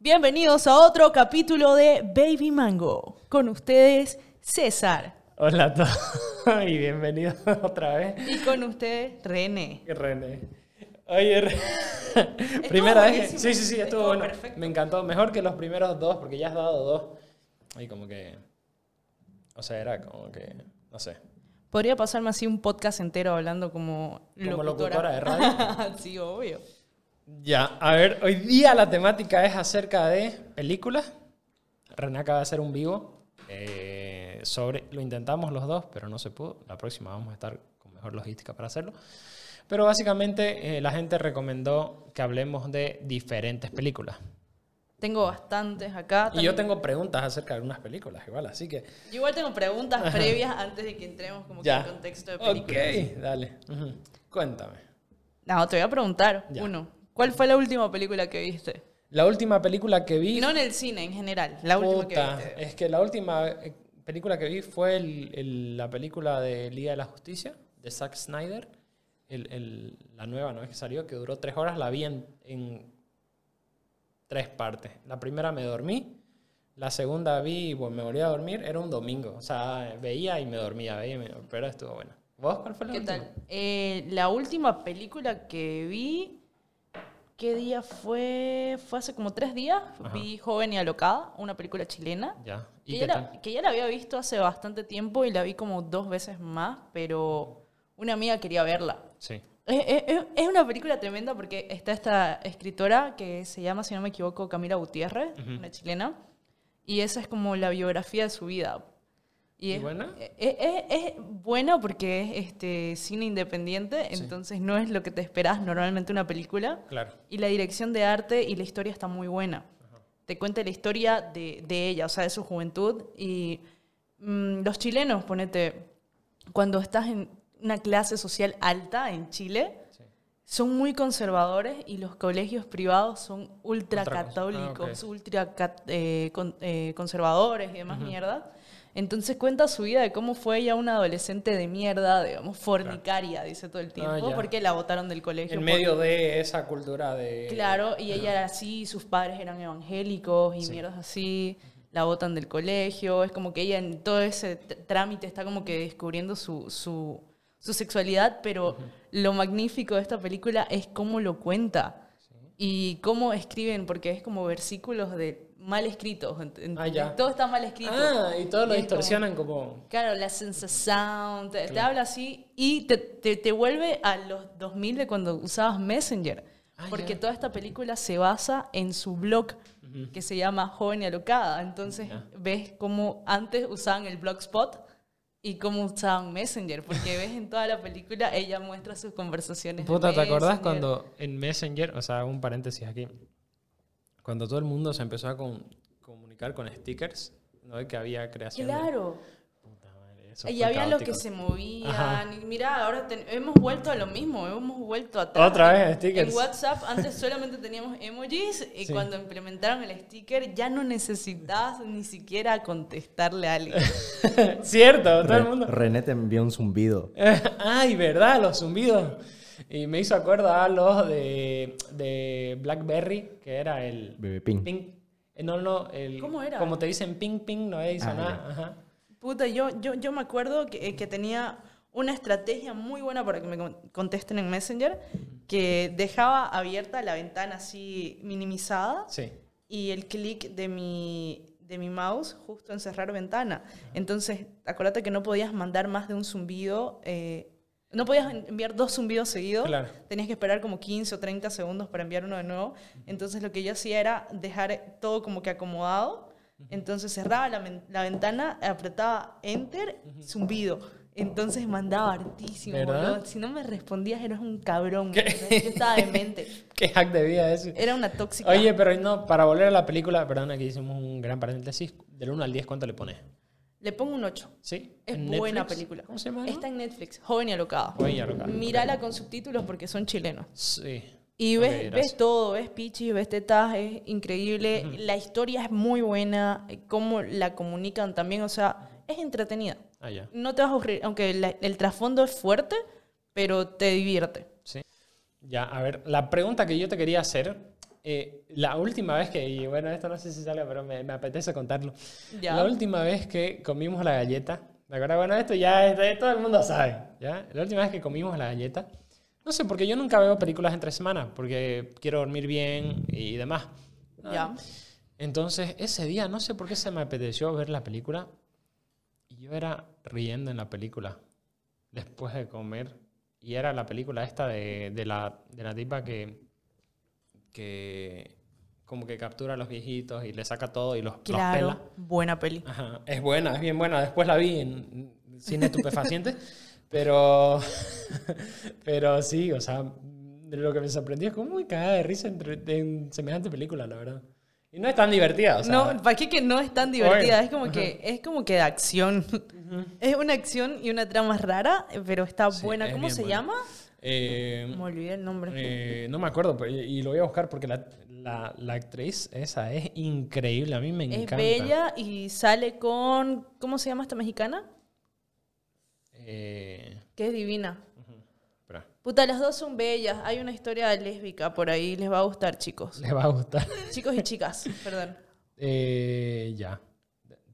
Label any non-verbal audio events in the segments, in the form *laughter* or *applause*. Bienvenidos a otro capítulo de Baby Mango. Con ustedes, César. Hola a todos *laughs* y bienvenidos otra vez, Y con ustedes, René. René. Oye, Re- primera vez. buenísimo, Sí, sí, sí, estuvo estuvo bueno. perfecto. Me encantó. Mejor que los primeros dos, porque ya has dado dos. Y como que. O sea, era como que. No sé. Podría pasarme así un podcast entero hablando como Como locutora de radio. *laughs* sí, obvio. Ya, a ver, hoy día la temática es acerca de películas. René acaba de hacer un vivo eh, sobre. Lo intentamos los dos, pero no se pudo. La próxima vamos a estar con mejor logística para hacerlo. Pero básicamente eh, la gente recomendó que hablemos de diferentes películas. Tengo bastantes acá. Y yo también. tengo preguntas acerca de algunas películas, igual, así que. Yo igual tengo preguntas previas antes de que entremos como que en contexto de película. Ok, dale. Ujú. Cuéntame. No, te voy a preguntar Ya. uno. ¿Cuál fue la última película que viste? La última película que vi. Y no en el cine en general, la última Puta, que viste. es que la última eh, película que vi fue el- el- la película de Liga de la Justicia, de Zack Snyder. El- el- la nueva, ¿no? Es que salió, que duró tres horas. La vi en, en tres partes. La primera me dormí. La segunda vi y bueno, me volví a dormir. Era un domingo. O sea, veía y me dormía, veía y me dormía. Pero estuvo buena. ¿Vos cuál fue la ¿Qué última? tal? Eh, la última película que vi, ¿qué día fue? Fue hace como tres días. Vi Joven y Alocada, una película chilena. Ya. ¿Y Que qué ya, tal? la, que ya la había visto hace bastante tiempo y la vi como dos veces más, pero una amiga quería verla. Sí. Es, es- es- es una película tremenda porque está esta escritora que se llama, si no me equivoco, Camila Gutiérrez, una chilena, y esa es como la biografía de su vida. ¿Y es, buena? e- e- e- Es, buena porque es este, cine independiente, Sí. entonces no es lo que te esperas normalmente una película. Claro. Y la dirección de arte y la historia está muy buena. Te cuenta la historia de, de ella, o sea, de su juventud. Y mm, los chilenos, ponete, cuando estás en una clase social alta en Chile, Sí. son muy conservadores y los colegios privados son ultra Ultra cons- católicos, ah, ok. ultra cat- eh, con- eh, conservadores y demás mierda. Entonces cuenta su vida de cómo fue ella una adolescente de mierda, digamos, fornicaria, dice todo el tiempo, Ah, ya. porque la botaron del colegio. En por- medio de esa cultura de. Claro, y ella era así, sus padres eran evangélicos y mierdas así, la botan del colegio, es como que ella en todo ese tr- trámite está como que descubriendo su, su, su sexualidad, pero lo magnífico de esta película es cómo lo cuenta y cómo escriben, porque es como versículos de mal escritos, ent- ent- Ah, ya. todo está mal escrito. Ah, y todo lo Y es como- distorsionan como Claro, la sensación, te, te habla así y te, te- te vuelve a los 2000 de cuando usabas Messenger. Ah, porque ya. toda esta película se basa en su blog que se llama Joven y Alocada. Entonces Ya. ves cómo antes usaban el blogspot y cómo usaban Messenger. Porque ves en toda la película, ella muestra sus conversaciones. de Puta, ¿te acordás Messenger. cuando en Messenger, o sea, un paréntesis aquí, cuando todo el mundo se empezó a con- comunicar con stickers, ¿no? De Que había creación. de- Claro. Puta madre, eso Y fue había los caótico. que se movían. Ajá. Y mira, ahora ten- hemos vuelto a lo mismo, hemos vuelto atrás. Otra vez En stickers. *laughs* WhatsApp antes solamente teníamos emojis y Sí. cuando implementaron el sticker ya no necesitabas ni siquiera contestarle a *laughs* alguien. Cierto, todo el Re- mundo. René te envió un zumbido. *laughs* Ay, ¿verdad? Los zumbidos. Y me hizo acuerdo a los de, de Blackberry, que era el... Bebé ping. ping. Eh, No, no, el... ¿Cómo era? Como te dicen ping, ping, no es Ah, nada. Ajá. Puta, yo, yo, yo me acuerdo que, eh, que tenía una estrategia muy buena para que me con- contesten en Messenger, que dejaba abierta la ventana así minimizada Sí. y el clic de mi, de mi mouse justo en cerrar ventana. Entonces, acuérdate que no podías mandar más de un zumbido. eh, no podías en- enviar dos zumbidos seguidos. Claro. Tenías que esperar como 15 o 30 segundos para enviar uno de nuevo. Entonces, lo que yo hacía era dejar todo como que acomodado. Entonces, cerraba la, men- la ventana, apretaba enter, zumbido. Entonces mandaba hartísimo, ¿Verdad? boludo. Si no me respondías, eras un cabrón. ¿Qué? boludo. Yo estaba demente. *laughs* Qué hack de vida ese. Era una tóxica. *laughs* Oye, pero no, para volver a la película, perdón, aquí hicimos un gran paréntesis. Del 1 al 10, ¿cuánto le pones? Le pongo un 8. ¿Sí? Es ¿En buena Netflix? película. ¿Cómo se llama? no? Está en Netflix, Joven y Alocado. Joven y Alocado, Mírala con subtítulos porque son chilenos. Sí. Y Ok, ves, gracias. ves todo, ves pichis, ves tetas, es increíble. La historia es muy buena, eh, cómo la comunican también, o sea, es entretenida. Ah, ya. No te vas a aburrir, aunque la- el trasfondo es fuerte, pero te divierte. Sí. Ya, a ver, la pregunta que yo te quería hacer Eh, la última vez que, y bueno, esto no sé si sale, pero me, me apetece contarlo. Ya. La última vez que comimos la galleta, ¿de acuerdo? Bueno, esto ya es de- todo el mundo sabe, ¿ya? La última vez que comimos la galleta, no sé, porque yo nunca veo películas entre semana, porque quiero dormir bien y demás. Ya. Entonces, ese día, no sé por qué se me apeteció ver la película, y yo era riendo en la película, después de comer, y era la película esta de, de la, de la tipa que, que como que captura a los viejitos y le saca todo y los, los pela. Claro. Buena peli. Ajá, es buena, es bien buena. Después la vi en Cine *laughs* Estupefaciente, pero, *laughs* pero sí, o sea, lo que me sorprendió es como muy cagada de risa entre- en semejante película, la verdad. Y no es tan divertida, o sea. no, ¿para qué que no es tan divertida? Bueno, es como que es como que de acción. Es una acción y una trama rara, pero está Sí, buena. es ¿Cómo bien se buena. llama? eh, Me olvidé el nombre. eh, no me acuerdo, pero- y lo voy a buscar porque la, la- la actriz esa es increíble, a mí me es encanta. bella y sale con ¿cómo se llama esta mexicana? Eh, Que es divina. espera, *laughs* Puta, las dos son bellas. Hay una historia lésbica por ahí, les va a gustar, chicos. les va a gustar. Chicos y chicas, perdón. Eh, ya.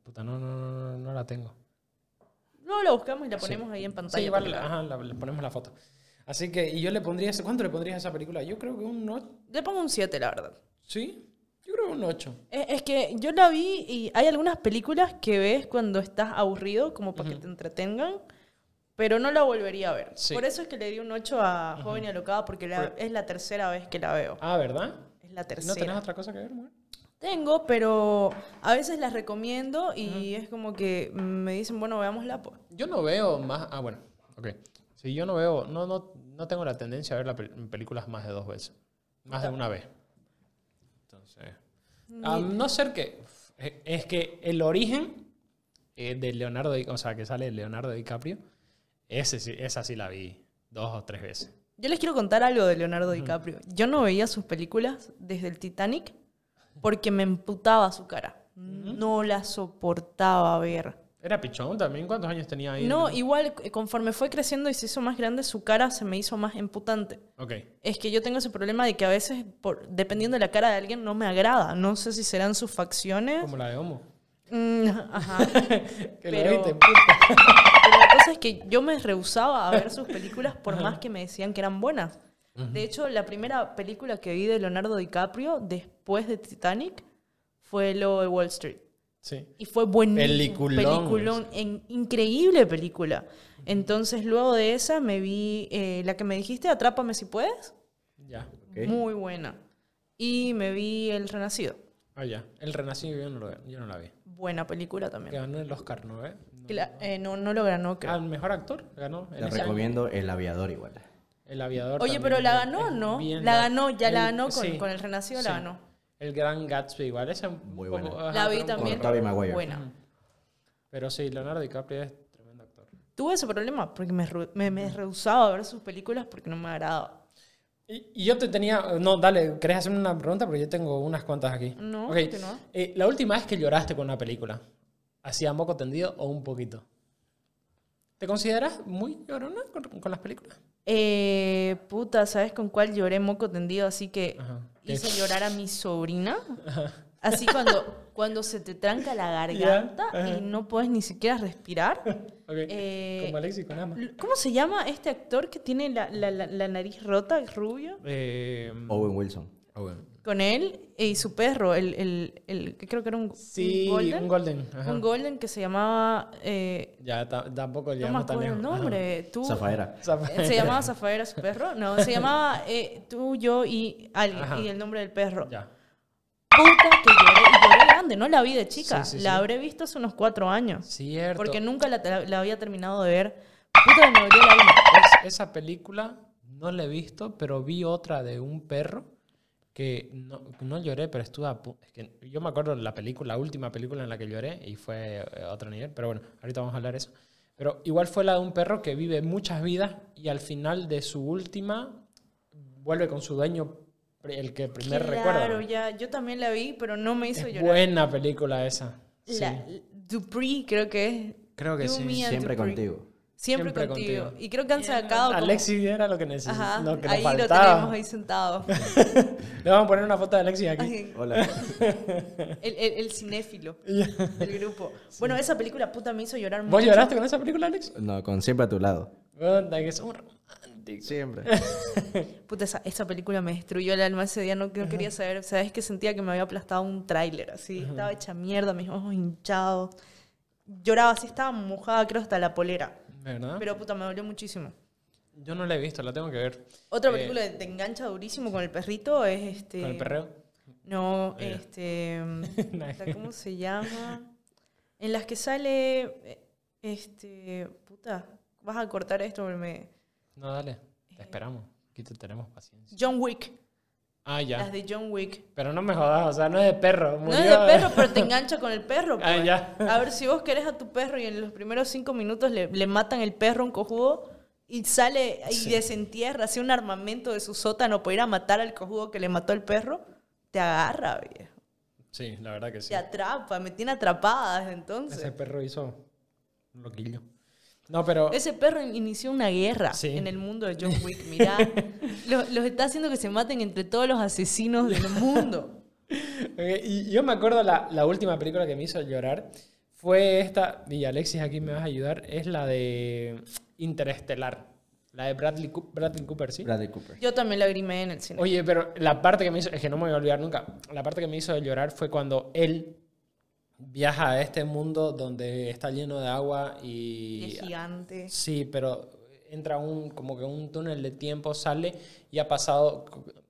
Puta, no, no, no, no, no la tengo. Luego la buscamos y la Sí. ponemos ahí en pantalla. Sí, igual, porque- ajá, la- le ponemos la foto. Así que, y yo le pondría, ese- ¿cuánto le pondrías a esa película? Yo creo que un 8. Le pongo un 7, la verdad. Sí, yo creo que un 8. Es, es que yo la vi y hay algunas películas que ves cuando estás aburrido, como para que te entretengan, pero no la volvería a ver. Sí. Por eso es que le di un 8 a Joven y Alocada, porque la- es la tercera vez que la veo. Ah, ¿verdad? Es la ¿No tenés tercera. otra cosa que ver, mujer? Tengo, pero a veces las recomiendo y es como que me dicen, bueno, veámosla. po. Yo no veo más. Ah, bueno, ok. Sí, yo no veo, no, no, no tengo la tendencia a ver la pel- películas más de dos veces. Más de una vez. Entonces. Mm, A no ser que. eh, Es que el origen eh, de Leonardo, Di- o sea, que sale Leonardo DiCaprio, ese, sí- esa sí la vi dos o tres veces. Yo les quiero contar algo de Leonardo DiCaprio. Yo no veía sus películas desde el Titanic porque me emputaba su cara. No la soportaba ver. Era pichón también. ¿Cuántos años tenía ahí? No, igual eh, conforme fue creciendo y se hizo más grande, su cara se me hizo más emputante. Ok. Es que yo tengo ese problema de que a veces, por, dependiendo de la cara de alguien, no me agrada. No sé si serán sus facciones. Como la *laughs* de Homo. Mm, ajá. Que Pero- la viste, puta. Pero la cosa es que yo me rehusaba a ver sus películas por más que me decían que eran buenas. De hecho, la primera película que vi de Leonardo DiCaprio después de Titanic fue Lo de Wall Street. Sí. Y fue buenísimo. Peliculón. Peliculón, en- increíble película. Entonces, luego de esa me vi eh, la que me dijiste, Atrápame si puedes. Ya. Muy buena. Y me vi El Renacido. Ah, ya. El Renacido yo no, lo, yo no la vi. Buena película también. Ganó el Oscar, ¿no? Eh? No. Que la- eh, no, no lo ganó, creo. Al mejor actor ganó. en Te ese año. recomiendo El Aviador igual. El aviador. Oye, también pero la es- ganó, es ¿no? bien La gra- ganó, ya la el- ganó con, sí, con el Renacido, sí. la ganó. El Gran Gatsby igual. Ese es un Muy poco- buena. ajá, La vi pero un poco- también. Con Tobey Maguire. Buena. Pero sí, Leonardo DiCaprio es tremendo actor. Tuve ese problema porque me, re- me, me rehusaba a ver sus películas porque no me agradaba. Y, y yo te tenía... No, dale. ¿Querés hacerme una pregunta? Porque yo tengo unas cuantas aquí. No, Ok. continúa. Eh, la última vez que lloraste con una película, ¿hacía moco tendido o un poquito? ¿Te consideras muy llorona con, con las películas? Eh, puta, ¿sabes con cuál lloré moco tendido? Así que Ajá. hice ¿Qué? llorar a mi sobrina. Así cuando, cuando se te tranca la garganta ajá. y no puedes ni siquiera *laughs* respirar. Ok. Eh, Como Alexis con Ama. ¿Cómo se llama este actor que tiene la, la- la- la nariz rota, rubio? Eh, Owen Wilson. Con él y su perro, el, el, el que creo que era un, Sí, un golden. un golden. ajá. un golden que se llamaba. eh, Ya ta- tampoco no me llegamos tan acuerdo lejos. el *laughs* nombre. Uh, Tú, eh, Zafaera. Ajá. Se llamaba Zafaera su perro. No, se llamaba eh, tú, yo y alguien. Ajá. Y el nombre del perro. *laughs* Ya. Puta que lloré. Y lloré grande, no la vi de chica. Sí, sí, la sí. habré visto hace unos cuatro años. Cierto. Porque nunca la, la había terminado de ver. Puta que me dolió el alma. Es- esa película no la he visto, pero vi otra de un perro que no, no lloré, pero estuve a pu- es que yo me acuerdo de la película, la última película en la que lloré y fue eh, a otro nivel, pero bueno, ahorita vamos a hablar de eso. Pero igual fue la de un perro que vive muchas vidas y al final de su última vuelve con su dueño, pre- el que primer Claro, recuerda. ya. Yo también la vi, pero no me hizo Es llorar. buena película esa. Sí, La, Dupree, creo que es. creo que You, sí. me and Dupree. Siempre contigo. Siempre, Siempre contigo. contigo. Y creo que han sacado. como- Alexis era lo que necesitaba. Ajá, Lo que nos ahí lo faltaba. tenemos ahí *laughs* sentado. Le vamos a poner una foto de Alexis aquí. Ay, *laughs* Hola. el, el- el cinéfilo del grupo. Bueno, esa película puta me hizo llorar mucho. ¿Vos lloraste con esa película, Alex? No, con siempre a tu lado. Puta, que es un romántico. Siempre. *laughs* Puta, esa, esa película me destruyó el alma ese día. No, no quería saber. ¿Sabes que Sentía que me había aplastado un tráiler así. Estaba hecha mierda, mis ojos hinchados. Lloraba así, estaba mojada, creo, hasta la polera. ¿Verdad? Pero puta, me dolió muchísimo. Yo no la he visto, la tengo que ver. Otra Eh, película que te engancha durísimo con el perrito es este. Con el perreo. No, Mira. este. *laughs* Nah. puta, ¿Cómo se llama? En las que sale. eh, Este. Puta, vas a cortar esto porque me. No, dale. Eh. Te esperamos. Aquí te tenemos paciencia. John Wick. Ah, ya. Las de John Wick. Pero no me jodas, o sea, no es de perro. No murió. es de perro, pero te engancha con el perro. Ah, pues. ya. A ver, si vos querés a tu perro y en los primeros cinco minutos le, le matan el perro un cojudo y sale y desentierra, hace un armamento de su sótano para ir a matar al cojudo que le mató el perro, te agarra, viejo. *laughs* Sí, la verdad que sí. Te atrapa, me tiene atrapada desde entonces. Ese Ese, perro hizo un loquillo. No, pero perro in- inició una guerra Sí. en el mundo de John *laughs* Wick, mirá. los, los está haciendo que se maten entre todos los asesinos *laughs* del mundo. Ok, eh, Y yo me acuerdo la, la última película que me hizo llorar fue esta, y Alexis aquí me vas a ayudar, es la de Interestelar, la de Bradley, Coo- Bradley Cooper, ¿sí? Bradley Cooper. Yo también lagrimé en el cine. Oye, pero la parte que me hizo, es que no me voy a olvidar nunca, la parte que me hizo llorar fue cuando él viaja a este mundo donde está lleno de agua Y y... es gigante. Sí, pero entra un, como que un túnel de tiempo, sale y ha pasado,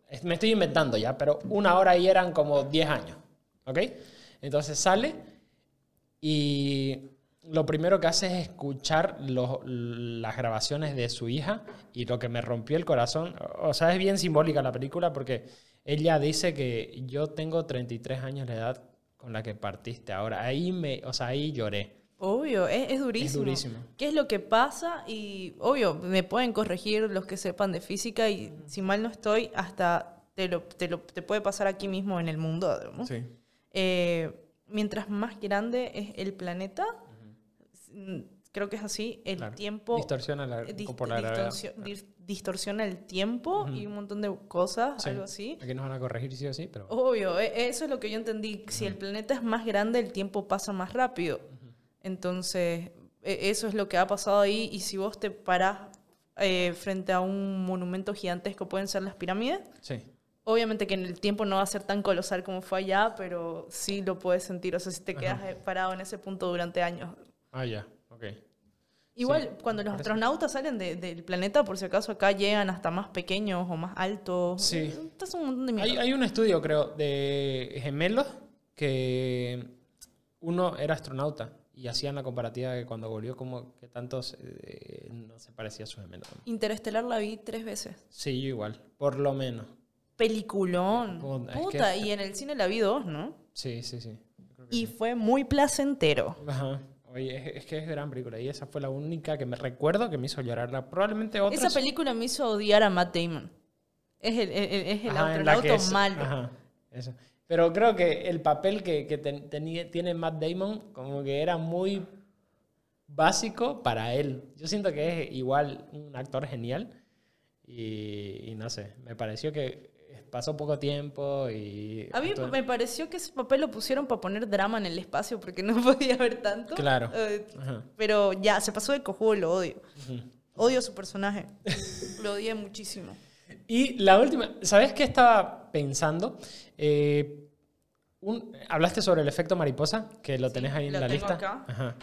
es- me estoy inventando ya, pero una hora y eran como 10 años, ¿ok? Entonces sale y lo primero que hace es escuchar los- las grabaciones de su hija y lo que me rompió el corazón, o sea, es bien simbólica la película porque ella dice que yo tengo 33 años de edad con la que partiste ahora, ahí me, o sea, ahí lloré. Obvio, es, es durísimo. durísimo. ¿Qué es lo que pasa? Y obvio, me pueden corregir los que sepan de física y si mal no estoy, hasta te, lo, te, lo- te puede pasar aquí mismo en el mundo. ¿no? Eh, mientras más grande es el planeta, mm, creo que es así, el Claro. tiempo distorsiona la, dis- por la gravedad. distorsión- dir- distorsiona el tiempo y un montón de cosas, Sí. algo así. Aquí nos van a corregir sí o sí, pero... Obvio, e- eso es lo que yo entendí. Si el planeta es más grande, el tiempo pasa más rápido. Entonces, e- eso es lo que ha pasado ahí. Y si vos te parás eh, frente a un monumento gigantesco, pueden ser las pirámides. Sí. Obviamente que en el tiempo no va a ser tan colosal como fue allá, pero sí lo puedes sentir. O sea, si te quedas eh, parado en ese punto durante años. Ah, ya, ok. Igual, cuando los astronautas salen de- del planeta, por si acaso acá llegan hasta más pequeños o más altos. Sí. Esto es un montón de Hay, mierda. hay un estudio, creo, de gemelos que uno era astronauta y hacían la comparativa de cuando volvió como que tantos eh, no se parecía a su gemelo. Interestelar la vi tres veces. Sí, yo igual, por lo menos. Peliculón. Puta, es que- Puta, y en el cine la vi dos, ¿no? Sí, sí, sí. Y fue muy placentero. Ajá. Oye, es, es que es gran película y esa fue la única que me recuerdo que me hizo llorarla. Probablemente otra. Esa película me hizo odiar a Matt Damon. Es el, el- el- es el Ajá, Ah, en la que astronauta es- malo. ajá, eso. Pero creo que el papel que, que ten- tenía- tiene Matt Damon como que era muy básico para él. Yo siento que es igual un actor genial y, y no sé, me pareció que pasó poco tiempo y... A mí actuó- me pareció que ese papel lo pusieron para poner drama en el espacio porque no *laughs* podía haber tanto. Claro. Eh, Ajá. pero ya, se pasó de cojudo, lo odio. Ujú. Odio su *laughs* personaje. lo odié muchísimo. Y la última, ¿sabes qué estaba pensando? Eh, un- hablaste sobre el efecto mariposa, que lo tenés ahí en lo la tengo lista. acá. Ajá.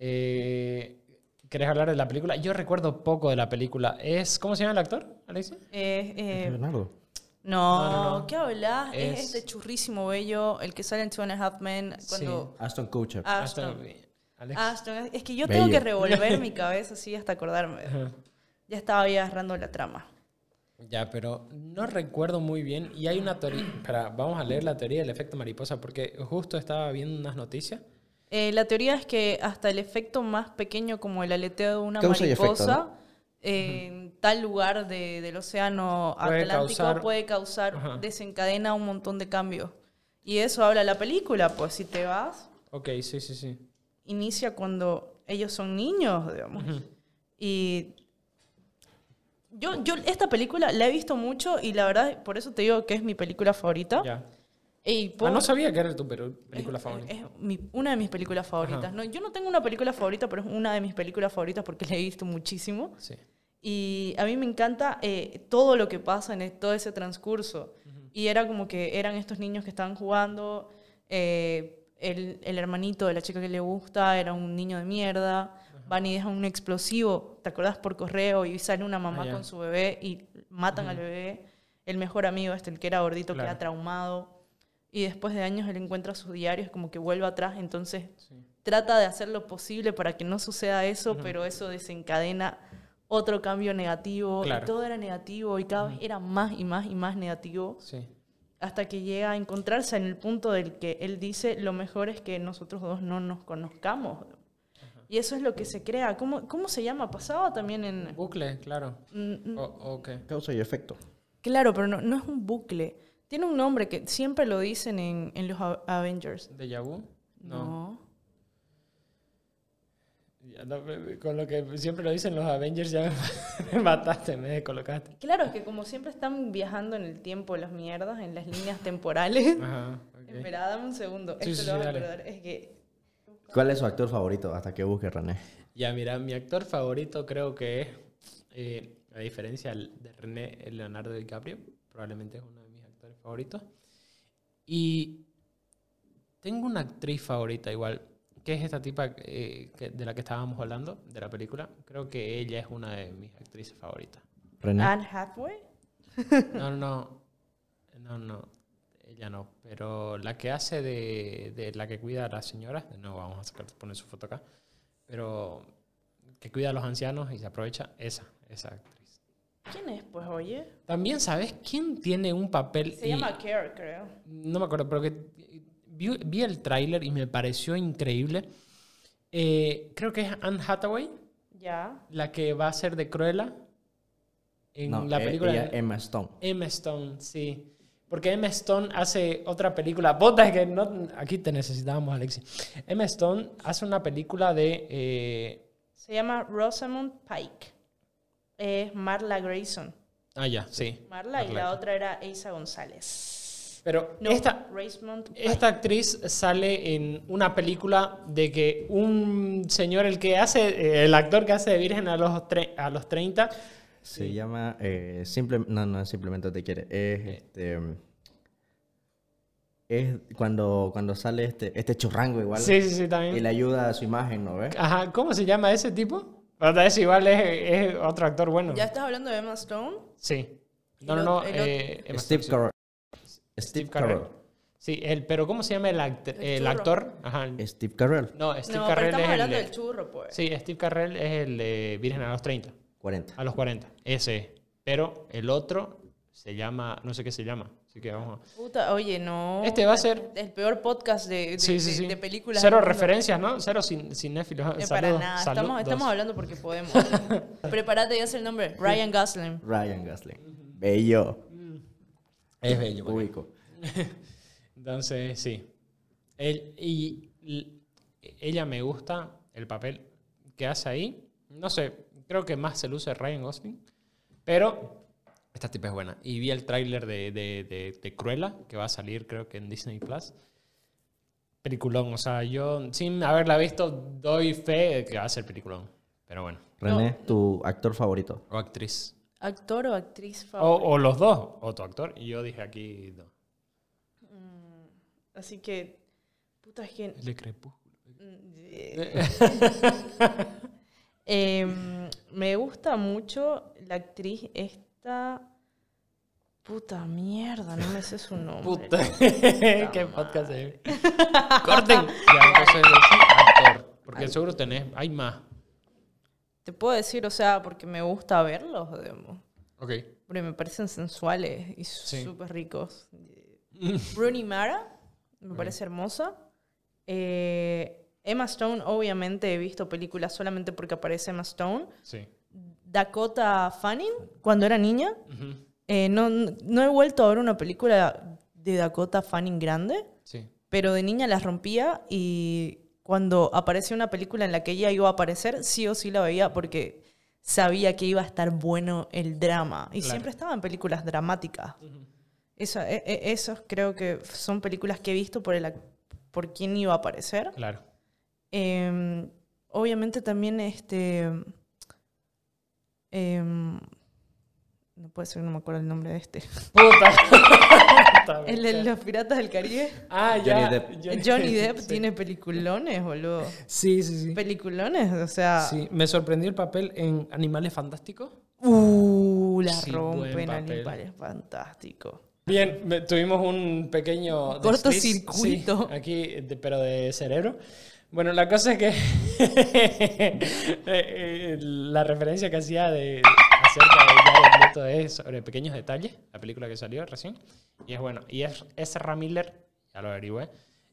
Eh, ¿Querés hablar de la película? Yo recuerdo poco de la película. Es, ¿Cómo se llama el actor, Alexis? Eh, eh, Leonardo. no, No, no, no. ¿qué hablas? Es... Es- este churrísimo bello, el que sale en Two and a Half Men cuando Aston Kutcher. Ah. Ashton- Alex. Ashton, Ah, es que yo Bello. tengo que revolver *laughs* mi cabeza así hasta acordarme. Ajá. Ya estaba ahí agarrando la trama. Ya, pero no recuerdo muy bien. Y hay una teoría. Espera, vamos a leer la teoría del efecto mariposa, porque justo estaba viendo unas noticias. Eh, la teoría es que hasta el efecto más pequeño como el aleteo de una Causa y efecto, mariposa ¿no? eh, en tal lugar de- del océano Puede Atlántico causar- puede causar, Ajá. desencadena un montón de cambios. Y de eso habla la película, pues si te vas, Ok, sí, sí, sí. inicia cuando ellos son niños, digamos. Y yo, yo esta película la he visto mucho y la verdad, por eso te digo que es mi película favorita. Ya. Y Ah, puedo- no sabía que era tu pelu- película es- favorita. Es mi- una de mis películas favoritas. Ajá. No, yo no tengo una película favorita, pero es una de mis películas favoritas porque la he visto muchísimo. Sí. Y a mí me encanta eh, todo lo que pasa en e- todo ese transcurso. Y era como que eran estos niños que estaban jugando, eh, el, el hermanito de la chica que le gusta era un niño de mierda, van y dejan un explosivo, ¿te acordás por correo? Y sale una mamá Ah, ya. con su bebé y matan al bebé, el mejor amigo este, el que era gordito, Claro. queda traumado. Y después de años él encuentra sus diarios, como que vuelve atrás, entonces sí. trata de hacer lo posible para que no suceda eso, pero eso desencadena otro cambio negativo. Claro. Y todo era negativo y cada vez era más y más y más negativo. Sí. Hasta que llega a encontrarse en el punto del que él dice, lo mejor es que nosotros dos no nos conozcamos. Y eso es lo que se crea. ¿Cómo, cómo se llama? Pasaba también en... Bucle, claro. Mm, mm, O, o qué. Causa y efecto. Claro, pero no, no es un bucle. Tiene un nombre que siempre lo dicen en, en los A- Avengers. ¿Déjà vu? No. No. Ya no, me- Con lo que siempre lo dicen los Avengers, ya me, *laughs* me mataste, me descolocaste. Claro, es que como siempre están viajando en el tiempo las mierdas, en las líneas temporales. *laughs* Ajá. Ah, ok. Espera, dame un segundo. Sí, Esto sí, lo sí, vas a dale. acordar. Es que ¿Cuál es su actor favorito hasta que busque René? Ya, mira, mi actor favorito creo que es, eh, a diferencia de René eh, Leonardo DiCaprio, probablemente es uno de mis actores favoritos. Y tengo una actriz favorita igual, que es esta tipa eh, que- de la que estábamos hablando, de la película. Creo que ella es una de mis actrices favoritas. René. Ah, Anne Hathaway. No, no, no, no, no, ella no, pero la que hace de, de la que cuida a las señoras, de nuevo vamos a sacar, poner su foto acá, pero que cuida a los ancianos y se aprovecha, esa, esa actriz. ¿Quién es, pues, oye? También, ¿sabes quién tiene un papel? Se y- llama Care, creo. No me acuerdo, pero que vi, vi el tráiler y me pareció increíble. Eh, creo que es Anne Hathaway, Ya. la que va a ser de Cruella en No, la eh, película. ella, de- Emma Stone. Emma Stone, sí. Porque Emma Stone hace otra película. Botas que no. Aquí te necesitábamos, Alexis. Emma Stone hace una película de. eh, Se llama Rosamund Pike. Es Marla Grayson. Ah, ya, sí. Marla y la Marla. otra era Asa González. Pero No, esta, Rosamund Pike. esta actriz sale en una película de que un señor, el que hace. eh, el actor que hace de virgen a los, tre- a los 30. Se llama. Eh, simple, no, no, simplemente te quiere. Es este. Es cuando, cuando sale este, este churrango igual. Sí, sí, sí, también. Y le ayuda a su imagen, ¿no ves? Ajá, ¿cómo se llama ese tipo? Pero ese igual es, es otro actor bueno. ¿Ya estás hablando de Emma Stone? Sí. No, El no, no. ot- el ot- eh, Emma Stone, Steve sí. Carell. Steve Carell. Carell. Sí, el, pero ¿cómo se llama el, act- El el churro. actor? Ajá. el- Steve Carell. No, Steve no, pero Carrell estamos es el. hablando del de- churro, pues. Sí, Steve Carrell es el de Virgen a los 30, 40. a los 40. Ese es. Pero el otro se llama, no sé qué se llama. Así que vamos a- Puta, oye, no. Este va a ser- El peor podcast de, de, Sí, sí, Oh, de- sí. de películas. Cero del mundo. referencias, ¿no? Cero cin- cinéfilos. Eh, para Saludos, nada, saludos. estamos, estamos hablando porque *laughs* podemos. Prepárate y haz el nombre. Ryan Gosling. Ryan Gosling. Bello. Es bello. bueno. Público. Entonces, sí. Él- y l- ella me gusta el papel que hace ahí. No sé, creo que más se luce Ryan Gosling. Pero esta tipa es buena. Y vi el tráiler de, de, de- de Cruella, que va a salir creo que en Disney Plus. Peliculón, o sea, yo sin haberla visto doy fe de que va a ser peliculón. Pero bueno, René, tu actor favorito. o actriz. Actor o actriz O, favorita. o los dos, o tu actor. Y yo dije aquí, no. Así que, puta, es que. mm, El de *laughs* Crepúsculo. Em, me gusta mucho la actriz esta. Puta mierda, no me sé su nombre. Puta. *laughs* Qué madre. podcast es. *laughs* Corten. Ya, pues, entonces, sí, actor. Porque seguro tenés. Hay más. Te puedo decir, o sea, porque me gusta verlos, digamos. Ok. Porque me parecen sensuales y Sí. súper ricos. Rooney Mara, me parece hermosa. Eh, Emma Stone, obviamente he visto películas solamente porque aparece Emma Stone. Sí. Dakota Fanning, cuando era niña. Eh, no, no he vuelto a ver una película de Dakota Fanning grande, Sí. pero de niña las rompía y cuando aparecía una película en la que ella iba a aparecer, sí o sí la veía porque sabía que iba a estar bueno el drama. Y siempre estaba en películas dramáticas. Eso, e- e- esos creo que son películas que he visto por, el, ac- por quién iba a aparecer. Claro. Eh, obviamente también este. em, no puede ser, no me acuerdo el nombre de este. *laughs* Puta. El de los Piratas del Caribe. Ah, ya. Johnny Depp. Johnny Depp Sí. tiene peliculones, boludo. Sí, sí, sí. Peliculones, o sea. Sí, me sorprendió el papel en Animales Fantásticos. Uh, la Sí, buen rompen papel. animales, fantástico. Bien, me- tuvimos un pequeño... Cortocircuito. desliz, sí, aquí, de- pero de cerebro. Bueno, la cosa es que *laughs* eh, eh, la referencia que hacía de, acerca de Jared Leto es sobre pequeños detalles, la película que salió recién. Y es bueno. Y es Ezra Miller, ya lo averigüé,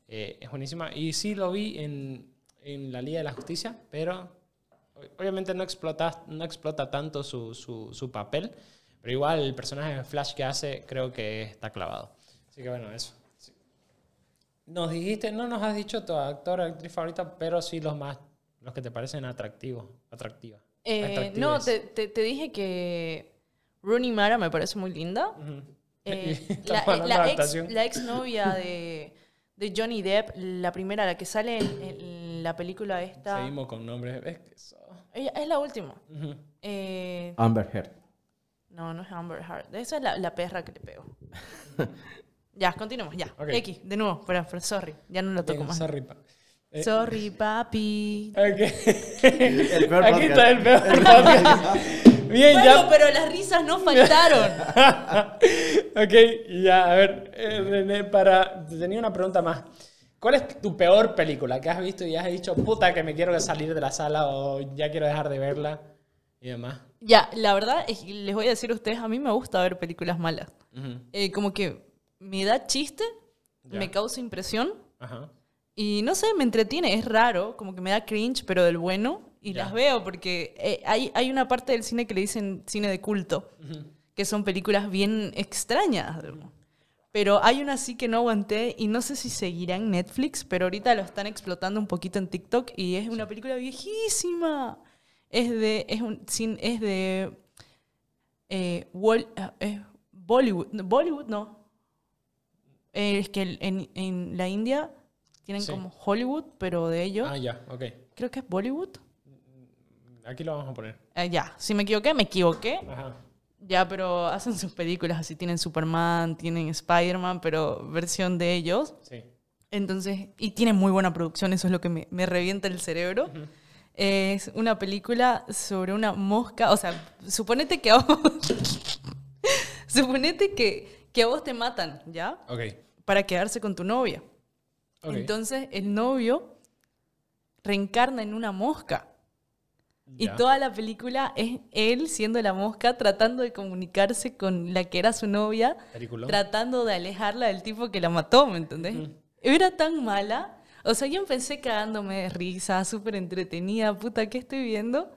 eh, es buenísima. Y sí lo vi en, en la Liga de la Justicia, pero Obviamente no explota, no explota tanto su, su, su papel, pero igual el personaje de Flash que hace creo que está clavado. Así que bueno, eso. Sí. Nos dijiste, no nos has dicho tu actor, actriz favorita, pero sí los más, los que te parecen atractivos, atractivas. Eh, atractives. no, te, te- te dije que Rooney Mara me parece muy linda. *laughs* Ujú. Eh, Estamos la, hablando de la ex, adaptación. la *laughs* exnovia de, de Johnny Depp, la primera, la que sale en, en la película esta. Seguimos con nombres. Es que eso- Ella- es la última. Ujú. Eh, Amber *laughs* Heard. no, no es Amber Heard. Esa es la, la perra que le *laughs* pego. ya, continuemos, ya. Ok. X, de nuevo, pero, pero sorry, ya no lo toco Bien, más. sorry, pa. Eh, Sorry, papi. ok. El peor Aquí está podcast. *laughs* el peor podcast. Bien, ya. Bueno, pero las risas no faltaron. *laughs* ok, ya, a ver, eh, René, para... te tenía una pregunta más. ¿Cuál es tu peor película que has visto y has dicho, puta, que me quiero salir de la sala o ya quiero dejar de verla y demás? *laughs* ya, la verdad, es que les voy a decir a ustedes, a mí me gusta ver películas malas. Eh, como que me da chiste, Ya. me causa impresión Ajá. y no sé, me entretiene, es raro, como que me da cringe, pero del bueno y Ya. las veo porque eh, hay, hay una parte del cine que le dicen cine de culto, que son películas bien extrañas. Pero hay una sí que no aguanté y no sé si seguirá en Netflix, pero ahorita lo están explotando un poquito en TikTok y es una película viejísima. Es de, es un, sin- es de eh, Wall- ah, eh, Bollywood, no, Bollywood no. Eh, es que el- en, en la India tienen Sí. como Hollywood, pero de ellos Ah, ya, ok. creo que es Bollywood. Aquí lo vamos a poner. Ah, ya, si me equivoqué, me equivoqué. Ajá. Ya, pero hacen sus películas, así tienen Superman, tienen Spider-Man, pero versión de ellos. Sí. Entonces, y tiene muy buena producción, eso es lo que me, me revienta el cerebro. Es una película sobre una mosca, o sea, suponete que a vos, *laughs* suponete que, que a vos te matan, ¿ya? Ok. Para quedarse con tu novia. ok. Entonces, el novio reencarna en una mosca. Y Ya. toda la película es él siendo la mosca, tratando de comunicarse con la que era su novia, Peliculón. tratando de alejarla del tipo que la mató, ¿me entendés? Era tan mala. O sea, yo empecé cagándome de risa, súper entretenida, puta, ¿qué estoy viendo?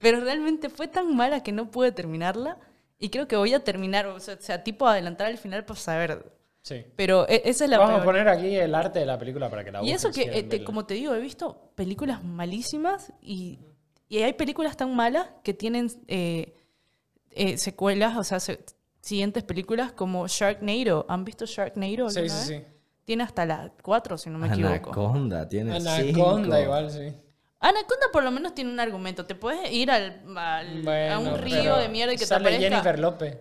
Pero realmente fue tan mala que no pude terminarla. Y creo que voy a terminar, o sea, o sea, tipo adelantar al final para saber. Sí. Pero e- esa es la vamos peor. a poner aquí el arte de la película para que la Y busquen eso si que, quieren eh, te- verla. como te digo, he visto películas malísimas y, y hay películas tan malas que tienen eh, eh, secuelas, o sea, se- siguientes películas como Sharknado. ¿Han visto Sharknado? Sí, alguna sí, vez? sí. Tiene hasta las cuatro, si no me equivoco. Anaconda tiene Anaconda cinco. igual, sí. Anaconda por lo menos tiene un argumento. Te puedes ir al, al- a Bueno, un río pero de mierda y que te Sale aparezca, Jennifer López.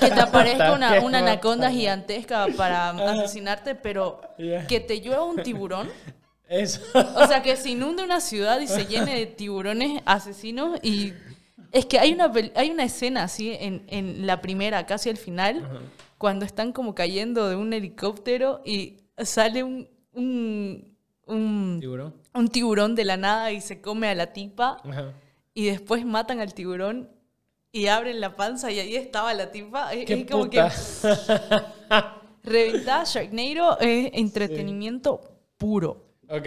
que te aparezca una, También una va a anaconda gigantesca *laughs* para asesinarte, pero Ya. que te llueva un tiburón. Eso. O sea, que se inunde una ciudad y se llene de tiburones asesinos y... Es que hay una, pel- hay una escena así en, en la primera, casi al final, cuando están como cayendo de un helicóptero y sale un, un, un, Tiburón. un tiburón de la nada y se come a la tipa Ajá. y después matan al tiburón y abren la panza y ahí estaba la tipa. Es, Qué es como puta. que *laughs* reventar Sharknado es entretenimiento puro. Ok.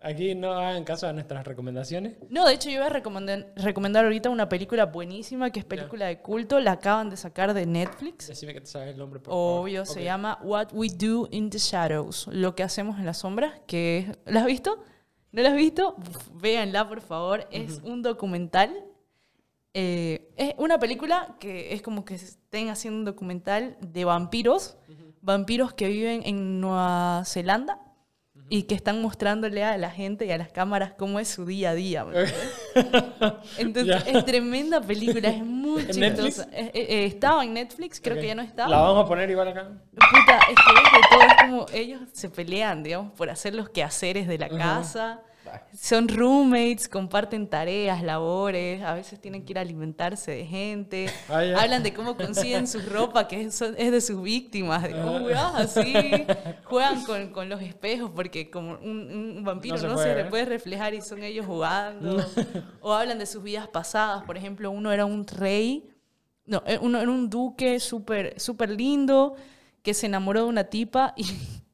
Aquí no hagan caso a nuestras recomendaciones. No, de hecho yo voy a recomendar, recomendar ahorita una película buenísima que es película de culto, la acaban de sacar de Netflix. Decime que te sabes el nombre, por favor. Obvio, se Ok. llama What We Do in the Shadows, lo que hacemos en las sombras, que es... ¿La has visto? ¿No la has visto? Uf, véanla, por favor, es un documental Eh, es una película que es como que estén haciendo un documental de vampiros, vampiros que viven en Nueva Zelanda y que están mostrándole a la gente y a las cámaras cómo es su día a día. ¿me *laughs* entiendes? Entonces, Ya. es tremenda película, es muy ¿En Netflix? chistosa. Eh, eh, eh, estaba en Netflix, creo Ok. que ya no está. La vamos a poner igual acá. Puta, es que ves de todo, es como ellos se pelean, digamos, por hacer los quehaceres de la casa. Son roommates, comparten tareas, labores, a veces tienen que ir a alimentarse de gente. Ah, ya. Hablan de cómo consiguen su ropa, que es, son- es de sus víctimas, de cómo huevadas así. *laughs* Juegan con, con los espejos, porque como un, un vampiro No se no, puede ¿eh? se le ver. puede reflejar y son ellos *laughs* jugando. o hablan de sus vidas pasadas. Por ejemplo, uno era un rey. No, eh, uno era un duque súper súper lindo que se enamoró de una tipa y, *laughs*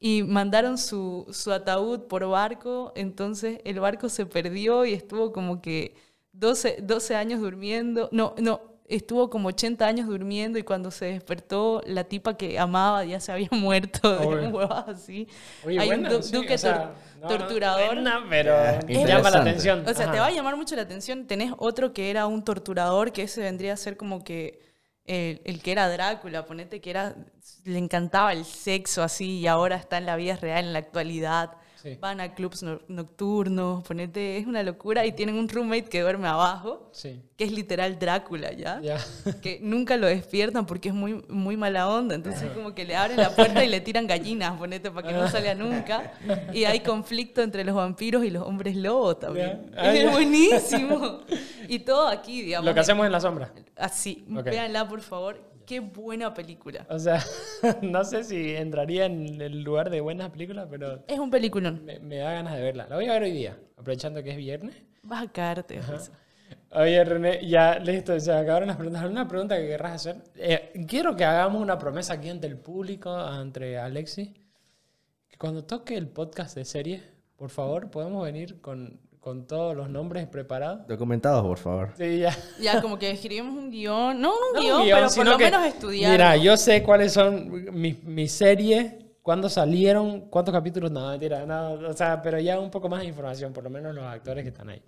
y mandaron su, su ataúd por barco. Entonces el barco se perdió y estuvo como que 12, 12 años durmiendo. No, no, estuvo como 80 años durmiendo y cuando se despertó la tipa que amaba ya se había *laughs* muerto de Obvio. huevadas así. Oye, Hay buena, un du- sí, duque o sea, tor- no, no, torturador. buena, pero llama la interesante. atención. O sea, te Ajá. va a llamar mucho la atención. Tenés otro que era un torturador, que ese vendría a ser como que el, el que era Drácula, ponete que era, le encantaba el sexo así y ahora está en la vida real, en la actualidad. Sí. Van a clubs no- nocturnos, ponete, es una locura y tienen un roommate que duerme abajo, Sí, que es literal Drácula, ¿ya? ya. Que nunca lo despiertan porque es muy, muy mala onda. Entonces, como que le abren la puerta y le tiran gallinas, ponete, para que no salga nunca. Y hay conflicto entre los vampiros y los hombres lobos también. Ya. Ah, es ya. *laughs* buenísimo. Y todo aquí, digamos. Lo que hacemos en la sombra. Así, Ok. véanla, por favor. Qué buena película. O sea, *laughs* no sé si entraría en el lugar de buenas películas, pero Es un peliculón. me, me da ganas de verla. La voy a ver hoy día, aprovechando que es viernes. Vas a caerte. de risa. Oye, René, ya listo, se acabaron las preguntas. ¿Alguna pregunta que querrás hacer? Eh, quiero que hagamos una promesa aquí ante el público, ante Alexis, que cuando toque el podcast de series, por favor, podemos venir con, con todos los nombres preparados. Documentados, por favor. Sí, ya. Ya, como que escribimos un guión. No un No un guión, guión, pero por sino lo que, menos estudiar. Mira, yo sé cuáles son mis, mis series, cuándo salieron, cuántos capítulos, no, mentira, no, o sea, pero ya un poco más de información, por lo menos los actores que están ahí.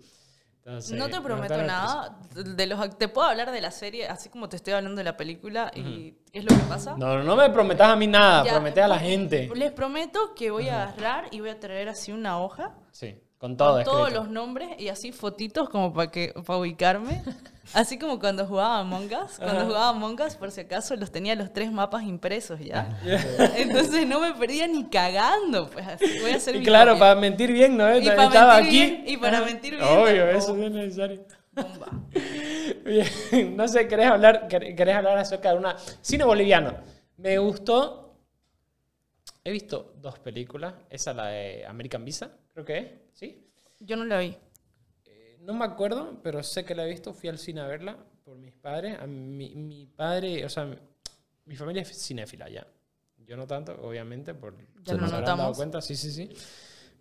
Entonces, no te los prometo actores, nada. De los, act- te puedo hablar de la serie, así como te estoy hablando de la película y qué es lo que pasa. actrices. No, no, no me prometas a mí nada, Ya, promete a la pues, gente. Les prometo que voy a agarrar y voy a traer así una hoja Sí, con todo con todos escrito. los nombres y así fotitos como para que para *laughs* ubicarme. Así como cuando jugaba a Among Us, cuando jugaba a Among Us, por si acaso los tenía los tres mapas impresos ya. Ah, *laughs* Entonces no me perdía ni cagando, pues así voy a hacer Y mi claro, copia. para mentir bien, ¿no? Y para Estaba aquí. mentir bien, y para Ajá. mentir bien Obvio, tampoco. eso sí es necesario. Bomba. *laughs* Bien, no sé, ¿querés hablar, quer- querés hablar acerca de una... Cine boliviano. Me gustó... He visto dos películas. Esa la de American Visa, creo que es. ¿Sí? Yo no la vi. Eh, No me acuerdo, pero sé que la he visto. Fui al cine a verla por mis padres. A mi, mi padre, o sea, mi, mi familia es cinéfila ya. Yo no tanto, obviamente, por... Ya Se lo nos se habrán dado notamos. cuenta, sí, sí, sí.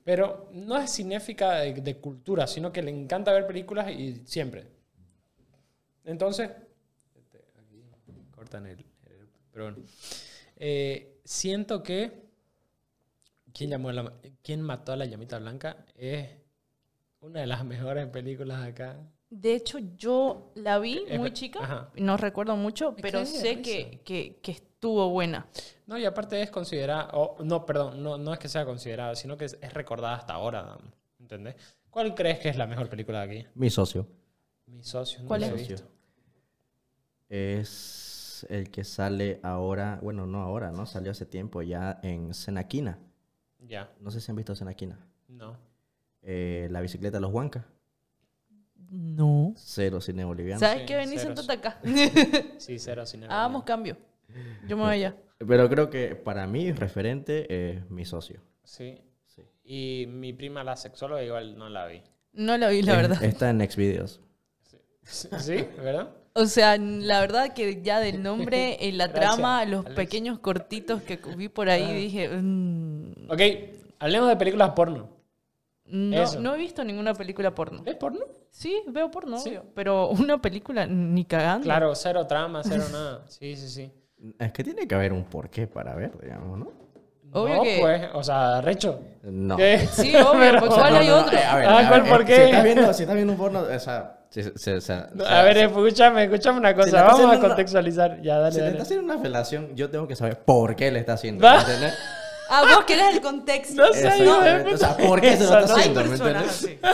Pero no es cinéfica de, de cultura, sino que le encanta ver películas y siempre. Entonces, este, aquí cortan el, el- pero bueno. Eh, siento que ¿quién, llamó a la- ¿Quién mató a la llamita blanca? Es una de las *laughs* mejores películas acá. De hecho, yo la vi Es muy ver- chica, ajá. no recuerdo mucho, que pero es de sé risa. que, que- que estuvo buena. No, y aparte es considerada, o- no, perdón, no, no es que sea considerada, sino que es, es recordada hasta ahora, ¿entendés? ¿Cuál crees que es la mejor película de aquí? Mi socio Mi socio, no ¿Cuál lo he es? visto. es el que sale ahora, bueno, no ahora, ¿no? Salió hace tiempo ya en Senaquina. Ya, No sé si han visto Senaquina. no. Eh, la bicicleta de los Huancas. No. Cero cine boliviano. ¿Sabes Sí, qué venís ceros. sentado acá? *laughs* Sí, cero sin Hagamos cambio. Yo me voy allá. Pero creo que para mí, referente, es mi socio. Sí. Sí. Y mi prima, la sexóloga, igual no la *laughs* vi. No la vi, la Es- verdad. Está en Xvideos. ¿Sí? ¿Verdad? O sea, la verdad que ya del nombre, *laughs* en la Gracias, trama, los Alex. Ah. pequeños cortitos que vi por ahí, dije, mm, Ok, hablemos de películas porno. no, Eso. no he visto ninguna película porno. ¿Es porno? Sí, veo porno, Sí. obvio, pero una película ni cagando. Claro, cero trama, cero nada. Sí, sí, sí. Es que tiene que haber un porqué para ver, digamos, ¿no? Obvio no, que- pues, o sea, recho. No. ¿Qué? Sí, obvio, *laughs* Pero- porque igual hay No, no, no, otro. eh, a ver, Ah, a ¿cuál ver, por eh, qué? Si estás viendo, si estás viendo un porno, o sea, Sí, sí, sí, o sea, o sea, A ver, escúchame, escúchame una le cosa. está Vamos a haciendo una- contextualizar. Ya, dale, si le está dale. *laughs* haciendo una felación, yo tengo que saber por qué le está haciendo. Va. ¿me entiendes? *laughs* Ah, vos querés el contexto. No sé, hijo de Exactamente. O sea, ¿por qué se Eso, lo está ¿no? Hay haciendo? ¿me personas entiendes?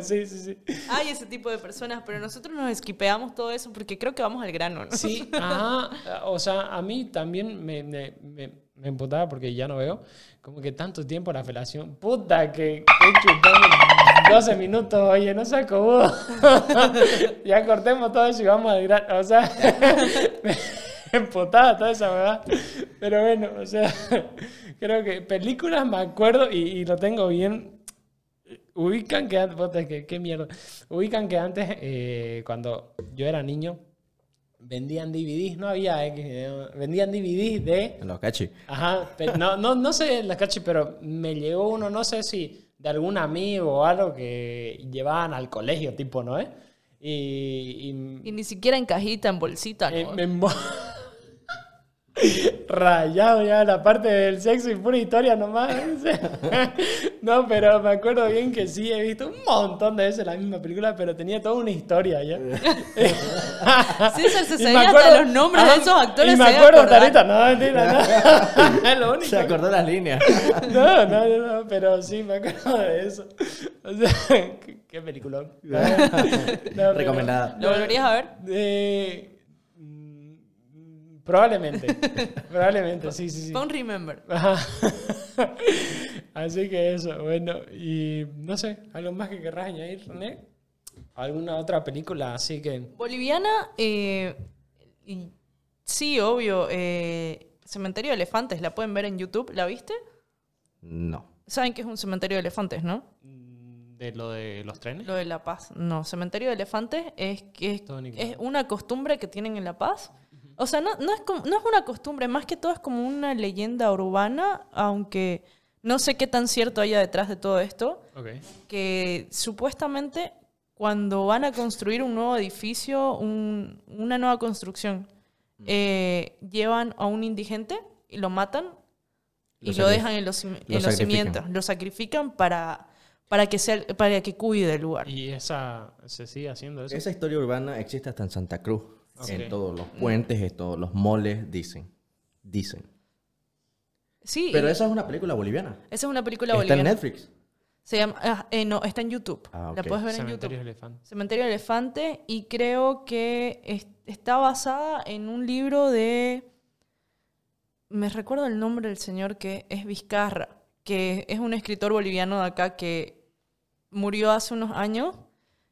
así. Sí, sí, sí. Hay ese tipo de personas, pero nosotros nos esquipeamos todo eso porque creo que vamos al grano, ¿no? Sí, ajá. O sea, a mí también me, me, me, me emputaba porque ya no veo como que tanto tiempo la felación. Puta, que, que chupón. 12 minutos, oye, no se acomodo. *laughs* ya cortemos todo eso y vamos al gran. O sea, *laughs* me emputaba toda esa verdad. Pero bueno, o sea, *laughs* creo que películas me acuerdo y, y lo tengo bien Ubican que antes, puta, que- qué mierda. Ubican que antes, eh, cuando yo era niño, vendían DVDs, no había X, eh, vendían DVDs de. Los cachi. Ajá, pe- no, no, no sé las cachi, pero me llegó uno, no sé si de algún amigo o algo que llevaban al colegio, tipo, ¿no? Eh? Y, y- Y ni siquiera en cajita, en bolsita. eh, ¿no? me mo- *laughs* Rayado ya la parte del sexo y pura historia nomás. *laughs* no, pero me acuerdo bien que sí, he visto un montón de veces la misma película, pero tenía toda una historia *laughs* ya. César se Y me sabía acuerdo- hasta los nombres Ajá, de esos actores. Y me se debe acuerdo acordar. ahorita, no, *laughs* mentira, no. Es lo único. Se acordó las *laughs* líneas. No, no, no, no, pero sí, me acuerdo de eso. *laughs* O sea, qué, qué *laughs* peliculón. No, pero- Recomendada. ¿Lo volverías a ver? Eh, mm, *laughs* probablemente. probablemente, sí, sí, sí. Fue un remember. Ajá. *laughs* Así que eso, bueno, y no sé, ¿algo más que querrás añadir, René? ¿Alguna otra película? Así que... Boliviana, eh, y- sí, obvio. eh, cementerio de Elefantes, la pueden ver en YouTube. ¿La viste? No. Saben que es un cementerio de elefantes, ¿no? mm, ¿De lo de los trenes? Lo de La Paz. No, cementerio de elefantes es que es, Todo en inglés. es una costumbre que tienen en La Paz. O sea, no, no es como- no es una costumbre, más que todo es como una leyenda urbana, aunque no sé qué tan cierto haya detrás de todo esto, Ok. que supuestamente cuando van a construir un nuevo edificio, un- una nueva construcción, eh, llevan a un indigente y lo matan y Lo lo sacri- dejan en los, cim- en los sacrifican. cimientos, lo sacrifican para, para, que sea, para que cuide el lugar. ¿Y esa se sigue haciendo eso? Esa historia urbana existe hasta en Santa Cruz. Ok. En todos los puentes, en todos los moles, dicen. Dicen. Sí, Pero y- esa es una película boliviana. esa es una película Está en boliviana. Netflix. Se llama, ah, eh, no, está en YouTube. Ah, La ok. puedes ver en Cementerio YouTube. de elefantes. Cementerio de Elefante y creo que es- está basada en un libro de... Me recuerdo el nombre del señor que es Vizcarra, que es un escritor boliviano de acá que murió hace unos años,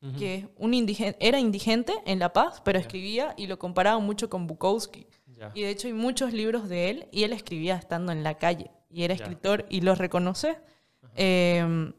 Ujú. que es un indigen- era indigente en La Paz, pero escribía y lo comparaba mucho con Bukowski. Ya. Y de hecho hay muchos libros de él y él escribía estando en la calle y era Ya. escritor y lo reconoce. Eh,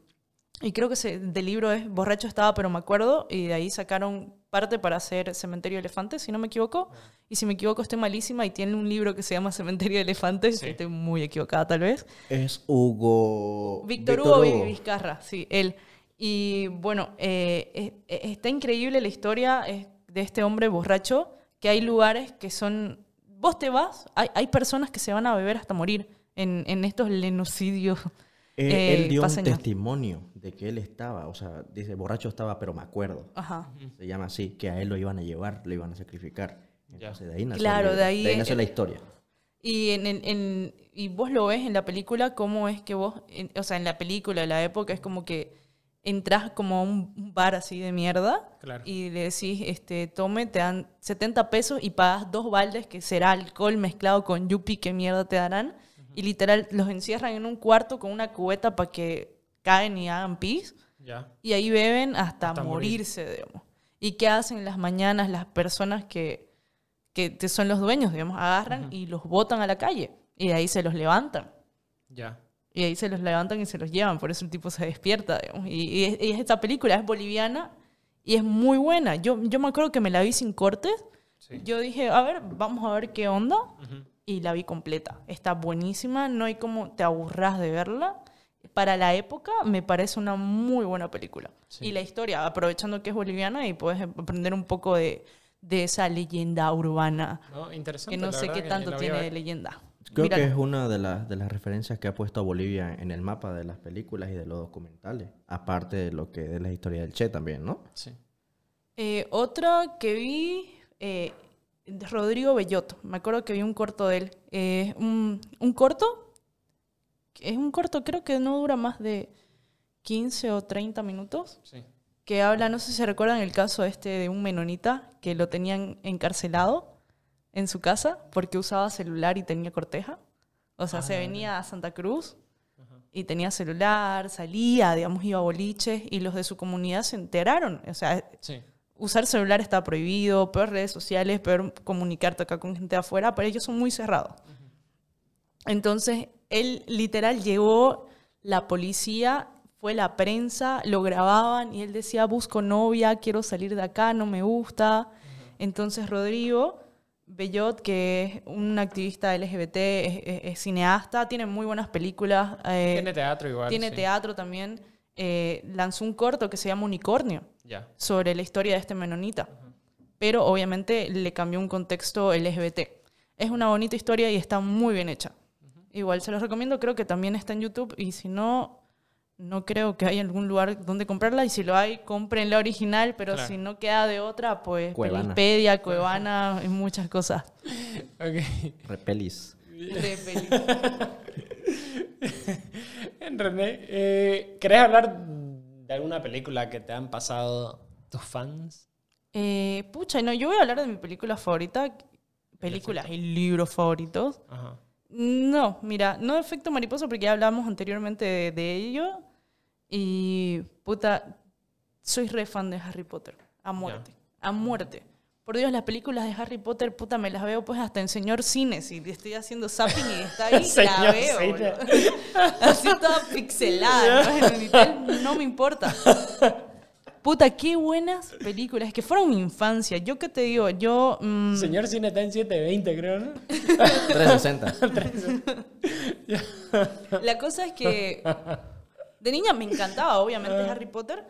y creo que ese del libro es Borracho estaba, pero me acuerdo y de ahí sacaron parte para hacer Cementerio de Elefantes, si no me Ah. equivoco. Y si me equivoco estoy malísima y tiene un libro que se llama Cementerio de Elefantes, Sí. estoy muy equivocada tal vez. Es Hugo. Víctor Hugo Vi- Vizcarra, sí, él. Y bueno, eh, es- es- está increíble la historia eh, de este hombre borracho, que hay lugares que son... Vos te vas, hay, hay personas que se van a beber hasta morir en, en estos lenocidios. Eh, Eh, él dio paseño. un testimonio de que él estaba, o sea, dice, borracho estaba, pero me acuerdo. Ajá. Se llama así, que a él lo iban a llevar, lo iban a sacrificar. Entonces, de ahí nació, el Claro, libro, de ahí- nació la historia. Y, en, en- en- y vos lo ves en la película, cómo es que vos, en- o sea, en la película, en la época, es como que entras como a un bar así de mierda Claro. y le decís, este, tome, te dan 70 pesos y pagas dos baldes que será alcohol mezclado con yupi, que mierda te darán. Y literal, los encierran en un cuarto con una cubeta para que caen y hagan pis Ya. y ahí beben hasta, Hasta morir. morirse, digamos. ¿Y qué hacen en las mañanas las personas que, que te- son los dueños, digamos? Agarran y los botan a la calle y de ahí se los levantan. Ya. Y de ahí se los levantan y se los llevan, por eso el tipo se despierta, digamos. Y, y es, y es esta película, es boliviana y es muy buena. Yo, yo me acuerdo que me la vi sin cortes. Sí. Yo dije, a ver, vamos a ver qué onda Ujú. y la vi completa. Está buenísima, no hay como te aburras de verla. Para la época me parece una muy buena película. Sí. Y la historia, aprovechando que es boliviana y puedes aprender un poco de, de esa leyenda urbana, No, que interesante. no la sé verdad qué que tanto la voy a tiene de ver. leyenda. Creo Mírala. que es una de, las de las referencias que ha puesto a Bolivia en el mapa de las películas y de los documentales, aparte de lo que de la historia del Che también, ¿no? Sí. Eh, otra que vi, eh, de Rodrigo Bellotto. Me acuerdo que vi un corto de él. Eh, un, un corto, es un corto, creo que no dura más de 15 o 30 minutos, Sí. que habla, no sé si se recuerdan el caso este de un menonita que lo tenían encarcelado en su casa porque usaba celular y tenía corteja. O sea, Ah, se ya, venía a Santa Cruz Ajá. y tenía celular, salía, digamos, iba a boliches y los de su comunidad se enteraron. O sea, Sí. usar celular está prohibido, peor redes sociales, peor comunicarte acá con gente de afuera, pero ellos son muy cerrados. Entonces, él literal llegó, la policía, fue la prensa, lo grababan y él decía, busco novia, quiero salir de acá, no me gusta. Entonces, Rodrigo Bellot, que es un activista LGBT, es, es- es cineasta, tiene muy buenas películas. eh, Tiene teatro igual. tiene sí. teatro también. eh, lanzó un corto que se llama Unicornio Ya. sobre la historia de este menonita. Pero obviamente le cambió un contexto LGBT. Es una bonita historia y está muy bien hecha. Igual se los recomiendo, creo que también está en YouTube y si no, no creo que haya algún lugar donde comprarla y si lo hay, compren la original, pero Claro. si no queda de otra, pues Cuevana. Wikipedia, Cuevana, y muchas cosas. Ok. Repelis. René, eh, ¿querés hablar de alguna película que te han pasado tus fans? Eh, pucha, no, yo voy a hablar de mi película favorita, películas y libros favoritos. Ajá. No, mira, no efecto mariposa porque ya hablamos anteriormente de, de ello. Y puta, soy re fan de Harry Potter. A muerte. A muerte. Por Dios, las películas de Harry Potter, puta, me las veo pues hasta en señor cine. Si estoy haciendo zapping y está *laughs* ahí, la Señor veo. cine. boludo. *laughs* Así toda pixelada. ¿no? En Unitel, no me importa. Puta, qué buenas películas. Que fueron mi infancia. Yo qué te digo, yo... mm, Señor Cine está en 720, creo, ¿no? 360. La cosa es que de niña me encantaba, obviamente, Harry Potter,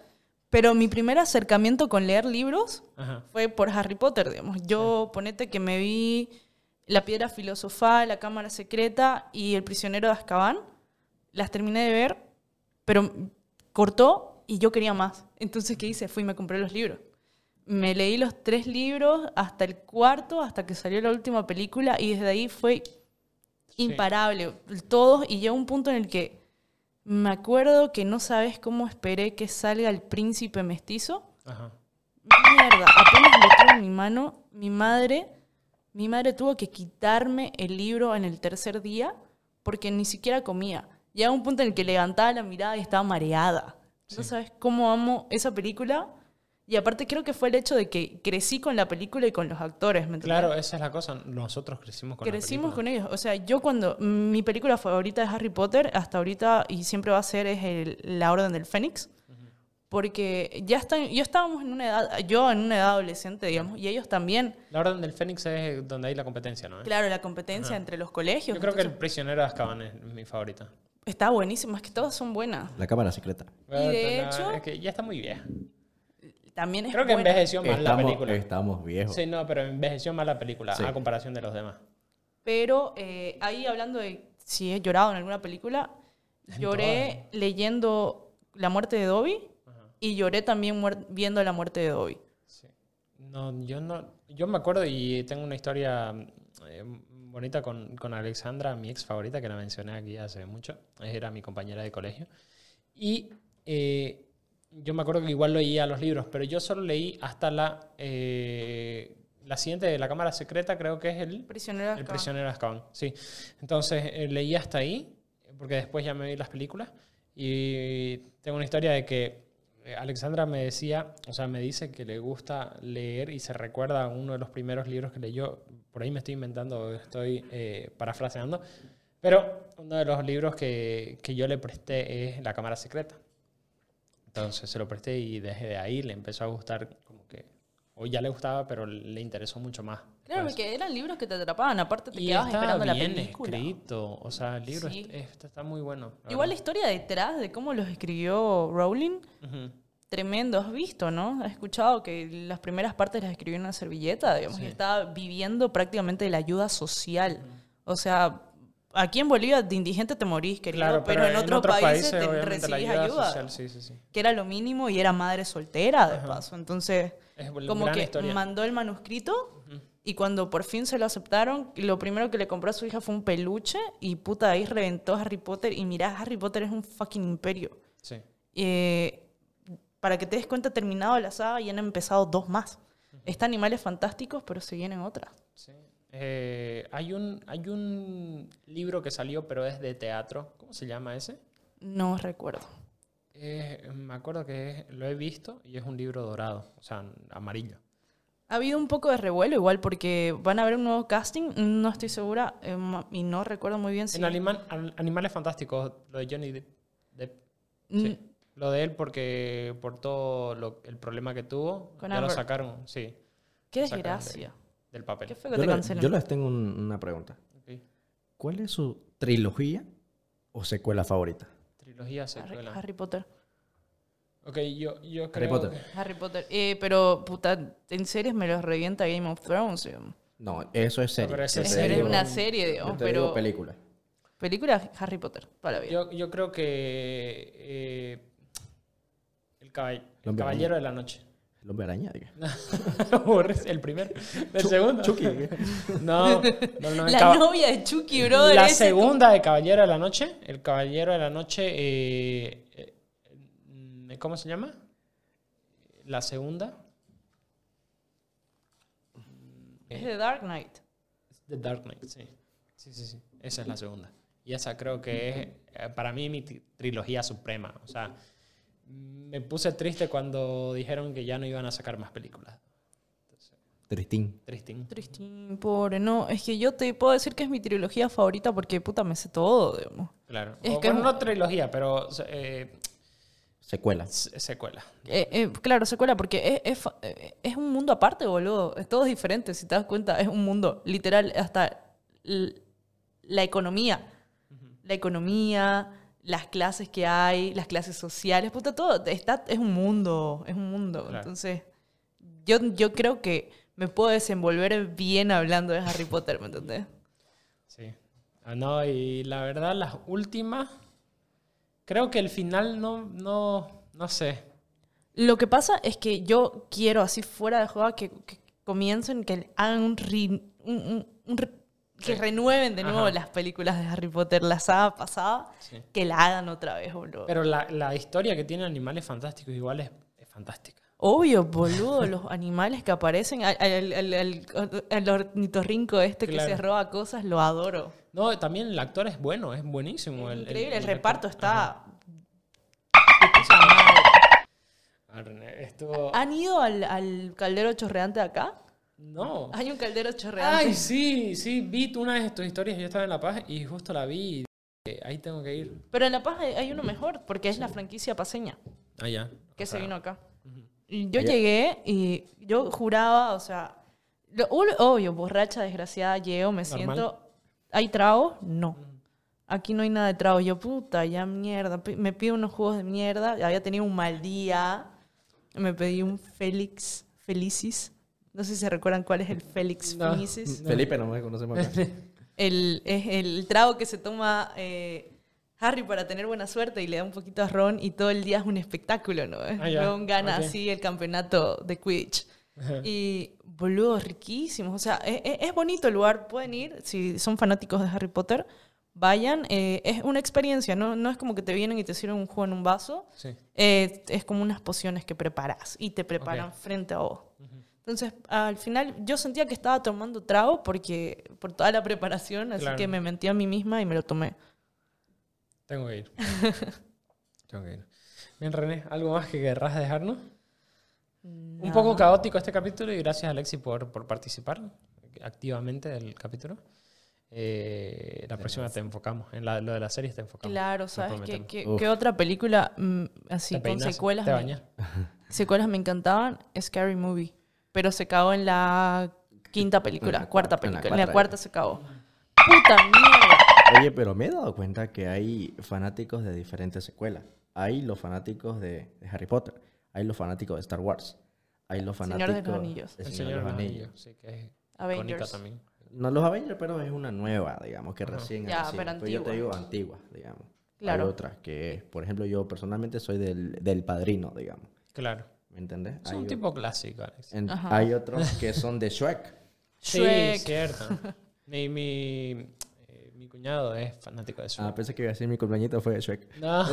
pero mi primer acercamiento con leer libros Ajá. fue por Harry Potter, digamos. Yo, ponete que me vi La Piedra Filosofal, La Cámara Secreta y El Prisionero de Azkaban. Las terminé de ver, pero cortó y yo quería más. Entonces, ¿qué hice? Fui y me compré los libros. Me leí los tres libros hasta el cuarto, hasta que salió la última película y desde ahí fue imparable. Todos, y llegó un punto en el que me acuerdo que no sabes cómo esperé que salga el príncipe mestizo. Ajá. Mierda, apenas lo tuve en mi mano, mi madre, mi madre tuvo que quitarme el libro en el tercer día porque ni siquiera comía. Llegaba un punto en el que levantaba la mirada y estaba mareada. No sabes cómo amo esa película. Y aparte creo que fue el hecho de que crecí con la película y con los actores, ¿me entendés? Claro, esa es la cosa. Nosotros crecimos con la Crecimos película. con ellos. O sea, yo cuando. Mi película favorita de Harry Potter, hasta ahorita y siempre va a ser, es el- La Orden del Fénix. Porque ya están. Yo estábamos en una edad. Yo en una edad adolescente, digamos. Y ellos también. La Orden del Fénix es donde hay la competencia, ¿no? Claro, la competencia entre los colegios. Yo creo que entonces, El Prisionero de Azkaban es mi favorita. Está buenísimo. Es que todas son buenas. La cámara secreta. Y de No, hecho- Es que ya está muy vieja. También es Creo que buena. envejeció mal la Estamos, película. estamos viejos. Sí, no, pero envejeció mal la película Sí. a comparación de los demás. Pero eh, ahí hablando de si he llorado en alguna película, lloré leyendo La muerte de Dobby y lloré también muer- viendo La muerte de Dobby. Sí. No, yo no. Yo me acuerdo y tengo una historia eh, bonita con, con Alexandra, mi ex favorita, que la mencioné aquí hace mucho. Era mi compañera de colegio. Y eh, yo me acuerdo que igual leía los libros, pero yo solo leí hasta la. eh, la siguiente de la cámara secreta, creo que es el. Prisionero de El Azkaban. prisionero de Azkaban, sí. Entonces eh, leí hasta ahí, porque después ya me vi las películas. Y tengo una historia de que eh, Alexandra me decía, o sea, me dice que le gusta leer y se recuerda a uno de los primeros libros que leyó. Por ahí me estoy inventando, estoy eh, parafraseando. Pero uno de los libros que, que yo le presté es La Cámara Secreta. Entonces se lo presté y desde ahí le empezó a gustar, como que, o ya le gustaba, pero le interesó mucho más. Claro, después. porque eran libros que te atrapaban, aparte te Y quedabas está esperando bien la película. escrito, o sea, el libro Sí. es- es- está muy bueno. la Igual la verdad. historia detrás de cómo los escribió Rowling, Ujú. tremendo, has visto, ¿no? Has escuchado que las primeras partes las escribió en una servilleta, digamos, y estaba viviendo prácticamente de la ayuda social. O sea, aquí en Bolivia de indigente te morís, querido, Claro, pero, en, otros países, te obviamente, recibís la ayuda, ayuda, social, sí, sí, sí. que era lo mínimo y era madre soltera de paso. Entonces, Es una como gran que historia. mandó el manuscrito y cuando por fin se lo aceptaron, lo primero que le compró a su hija fue un peluche y puta, ahí reventó Harry Potter y mirá, Harry Potter es un fucking imperio. Sí. Eh, para que te des cuenta, terminado la saga y han empezado dos más. Está Animales Fantásticos, pero se vienen otras. Sí. Eh, hay, un, hay un libro que salió, pero es de teatro. ¿Cómo se llama ese? No recuerdo. Eh, me acuerdo que es- lo he visto y es un libro dorado, o sea, amarillo. Ha habido un poco de revuelo igual porque van a haber un nuevo casting, no estoy segura eh, ma- y no recuerdo muy bien si... En Anima- An- Animales Fantásticos, lo de Johnny Depp. Depp, Mm, sí. Lo de él porque por todo lo- el problema que tuvo, Con ya lo Amber. sacaron, sí, Qué sacan de- desgracia. del papel. Qué feo que Yo, te le- cancelen. yo les tengo un- una pregunta. Ok. ¿Cuál es su trilogía o secuela favorita? Trilogía Harry, secuela. Harry Potter. Ok, yo, yo creo Harry Potter. que- Harry Potter. Eh, pero, puta, en series me los revienta Game of Thrones. digamos. No, eso es serio. pero eso En es series es serio. una serie, Yo digamos, te pero digo película. película Harry Potter, para bien. Yo, yo creo que eh, el, caball- el Hombre Caballero de la Noche. *laughs* El hombre araña, diga. Aburres, el primero. El segundo. Chucky. *laughs* No, no, no. el la caba- novia de Chucky, brother. la ese como- segunda de Caballero de la Noche. El Caballero de la Noche. eh, eh, mm, ¿Cómo se llama? La segunda. Es de Dark Knight. The Dark Knight, sí. Sí, sí, sí. Esa es la segunda. Y esa creo que es eh, para mí mi tri- trilogía suprema. O sea, me puse triste cuando dijeron que ya no iban a sacar más películas. Tristín. Tristín. Tristín, pobre, no. Es que yo te puedo decir que es mi trilogía favorita porque, puta, me sé todo, digamos. Claro. Es O, que- bueno, no trilogía, pero eh, Secuela. se- secuela. Eh, eh, claro, secuela, porque es, es fa- eh, es un mundo aparte, boludo. Es todo diferente, si te das cuenta. Es un mundo, literal, hasta l- la economía. La economía, las clases que hay, las clases sociales, puta, todo. Está, es un mundo, es un mundo. Claro. Entonces, yo, yo creo que me puedo desenvolver bien hablando de Harry Potter, ¿me entendés? Sí. Ah, no, y la verdad, las últimas. Creo que el final no. No, no sé. Lo que pasa es que yo quiero, así fuera de juego, que, que comiencen, que hagan un. re- un- un- un re- que renueven de nuevo Ajá. las películas de Harry Potter, la saga pasada, Sí. que la hagan otra vez, boludo. Pero la, la historia que tiene Animales Fantásticos igual es, es fantástica. Obvio, boludo, los animales que aparecen, al, al- al- al- al ornitorrinco este que Claro. se roba cosas, lo adoro. No, también el actor es bueno, es buenísimo. el- el- Increíble, el, el reparto actor. está. Puta madre. Ah, René, Estuvo. ¿Han ido al, al caldero chorreante de acá? no. Hay un caldero chorreante. Ay, sí, sí, vi una de tus historias. Yo estaba en La Paz y justo la vi. y dije, Ahí tengo que ir. Pero en La Paz hay, hay uno mejor, porque es la franquicia paseña Ah, ya. que O se sea, vino acá. ujú. Y Yo Allá. llegué y yo juraba, o sea, lo- ul- obvio, borracha, desgraciada, llego, me Normal. siento. ¿Hay tragos? No. Aquí no hay nada de tragos. Yo, puta, ya mierda. pi- Me pido unos jugos de mierda. Había tenido un mal día. Me pedí un Félix Felicis. No sé si se recuerdan cuál es el Félix No. Felicis. Felipe, no me conocemos acá. El, es el trago que se toma eh, Harry para tener buena suerte y le da un poquito a Ron y todo el día es un espectáculo, ¿no? Ah, ya. Ron gana Ok. así el campeonato de Quidditch. Y, boludo, riquísimos. O sea, es, es- es bonito el lugar. Pueden ir, si son fanáticos de Harry Potter, vayan. Eh, es una experiencia, ¿no? No es como que te vienen y te sirven un juego en un vaso. Sí. Eh, es como unas pociones que preparas y te preparan Ok. frente a vos. Entonces, al final yo sentía que estaba tomando trago porque por toda la preparación, así Claro. que me mentí a mí misma y me lo tomé. Tengo que *laughs* ir. Tengo que ir. Bien, René, ¿algo más que querrás dejarnos? Un poco caótico este capítulo y gracias, Alexi, por, por participar activamente del capítulo. Eh, la próxima te enfocamos. En la- lo de las series te enfocamos. Claro, lo ¿sabes qué, prometemos. qué- Uf. qué otra película mm, así Te con peinas, secuelas? Te me- bañas. secuelas me encantaban, Scary Movie, pero se cagó en la quinta película, En la cuarta cuarta, en la película, en la, cuarta, cuarta se cagó. Puta mierda. Oye, pero me he dado cuenta que hay fanáticos de diferentes secuelas. Hay los fanáticos de, de Harry Potter, hay los fanáticos de Star Wars, hay los Señor fanáticos de los Anillos. del Señor de los Anillos. sí, que es icónica Avengers. también. No los Avengers, pero es una nueva, digamos, que Ajá. recién Ya, así. pero Pues yo te digo antigua. antigua, digamos. Claro. Hay otras que es, por ejemplo, yo personalmente soy del, del padrino, digamos. Claro. ¿Me entendés? Es un o- tipo clásico, Alex. en- Ajá. hay otros que son de Shrek. Sí, Shrek. cierto. *laughs* mi, mi, eh, mi cuñado es fanático de Ah, Shrek. pensé que iba a decir mi cumpleañito fue de Shrek. No.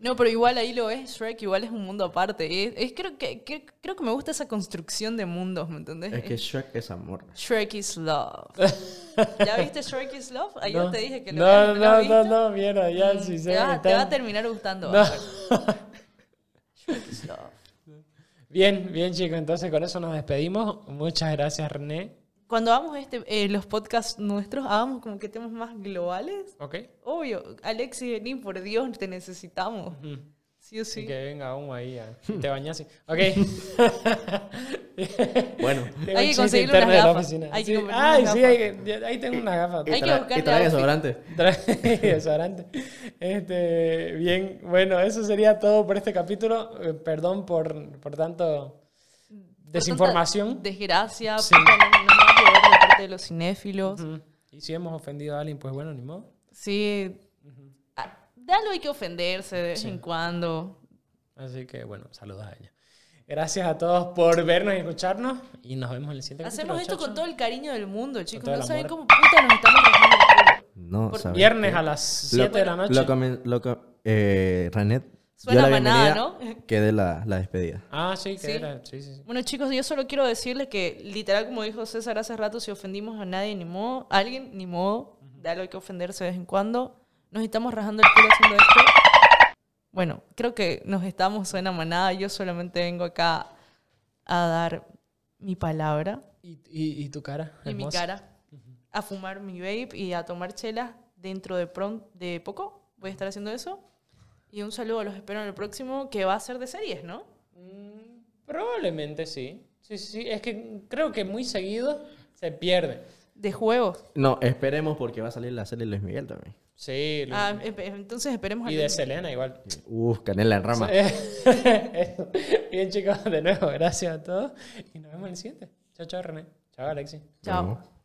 No, pero igual ahí lo es, Shrek, igual es un mundo aparte. Es, es- creo, que, que- creo que me gusta esa construcción de mundos, ¿me entendés? *laughs* Es que Shrek es amor. Shrek is *laughs* love. ¿Ya viste Shrek is love? Ayer no. Ah, te dije que lo No, veas, ¿lo no, has no, visto? no, mierda, ya, sí, Te, va, te va a terminar gustando. vas a ver. Shrek is love. Bien, bien, chicos, entonces con eso nos despedimos. Muchas gracias, René. Cuando hagamos este, eh, los podcasts nuestros, hagamos como que temas más globales. Ok. Obvio, Alexis, vení, por Dios, te necesitamos. Ujú. Sí o Sí, sí. que venga uno ahí, *laughs* a- te bañas. Ok. Bueno, Tengo Hay que un chiste conseguir interno unas de la gafas. oficina. Hay que Sí, comprar unas Ay, sí, gafas. hay que- ahí tengo unas gafas. Hay que tra- buscarle ah, y trae outfit. desodorante. Trae *laughs* desodorante. Este, bien, bueno, eso sería todo por este capítulo. Eh, perdón por, por tanto Por desinformación. tanta desgracia, Sí. puta, no, no me va a llover de parte de los cinéfilos. Ujú. Y si hemos ofendido a alguien, pues bueno, ni modo. Sí. Ah, De algo hay que ofenderse de vez en cuando. Así que bueno, saludos a ella. Gracias a todos por vernos y escucharnos. Y nos vemos en el siguiente capítulo, Hacemos esto chao, con chao. todo el cariño del mundo, chicos. todo el No saben amor. cómo puta nos estamos rajando el culo. no, Por- ¿sabes Viernes qué? a las Lo- 7 de la noche. Lo comen- lo co- eh, Renet, Suena dio la manada, *laughs* bienvenida, ¿no? que dé la, la despedida. Ah, sí, que Sí. era. Sí, sí, sí. Bueno, chicos, yo solo quiero decirles que, literal, como dijo César hace rato, si ofendimos a nadie, ni modo, a alguien, ni modo, de algo hay que ofenderse de vez en cuando. Nos estamos rajando el culo haciendo esto. Bueno, creo que nos estamos, suena manada. Yo solamente vengo acá a dar mi palabra Y, y- y tu cara. y mi hermosa. cara, a fumar mi vape y a tomar chela dentro de, pron- de poco. Voy a estar haciendo eso. Y un saludo, los espero en el próximo, que va a ser de series, ¿no? Mm, Probablemente sí. Sí, sí, sí. Es que creo que muy seguido se pierde. De juegos. No, esperemos porque va a salir la serie de Luis Miguel también. Sí. lo- Ah, espe- entonces esperemos y al- de Selena igual. Uf, canela en rama. *laughs* Bien, chicos, de nuevo, gracias a todos. Y nos vemos en el siguiente. Chao, chao, René. Chao, Alexi. Chao. Vamos.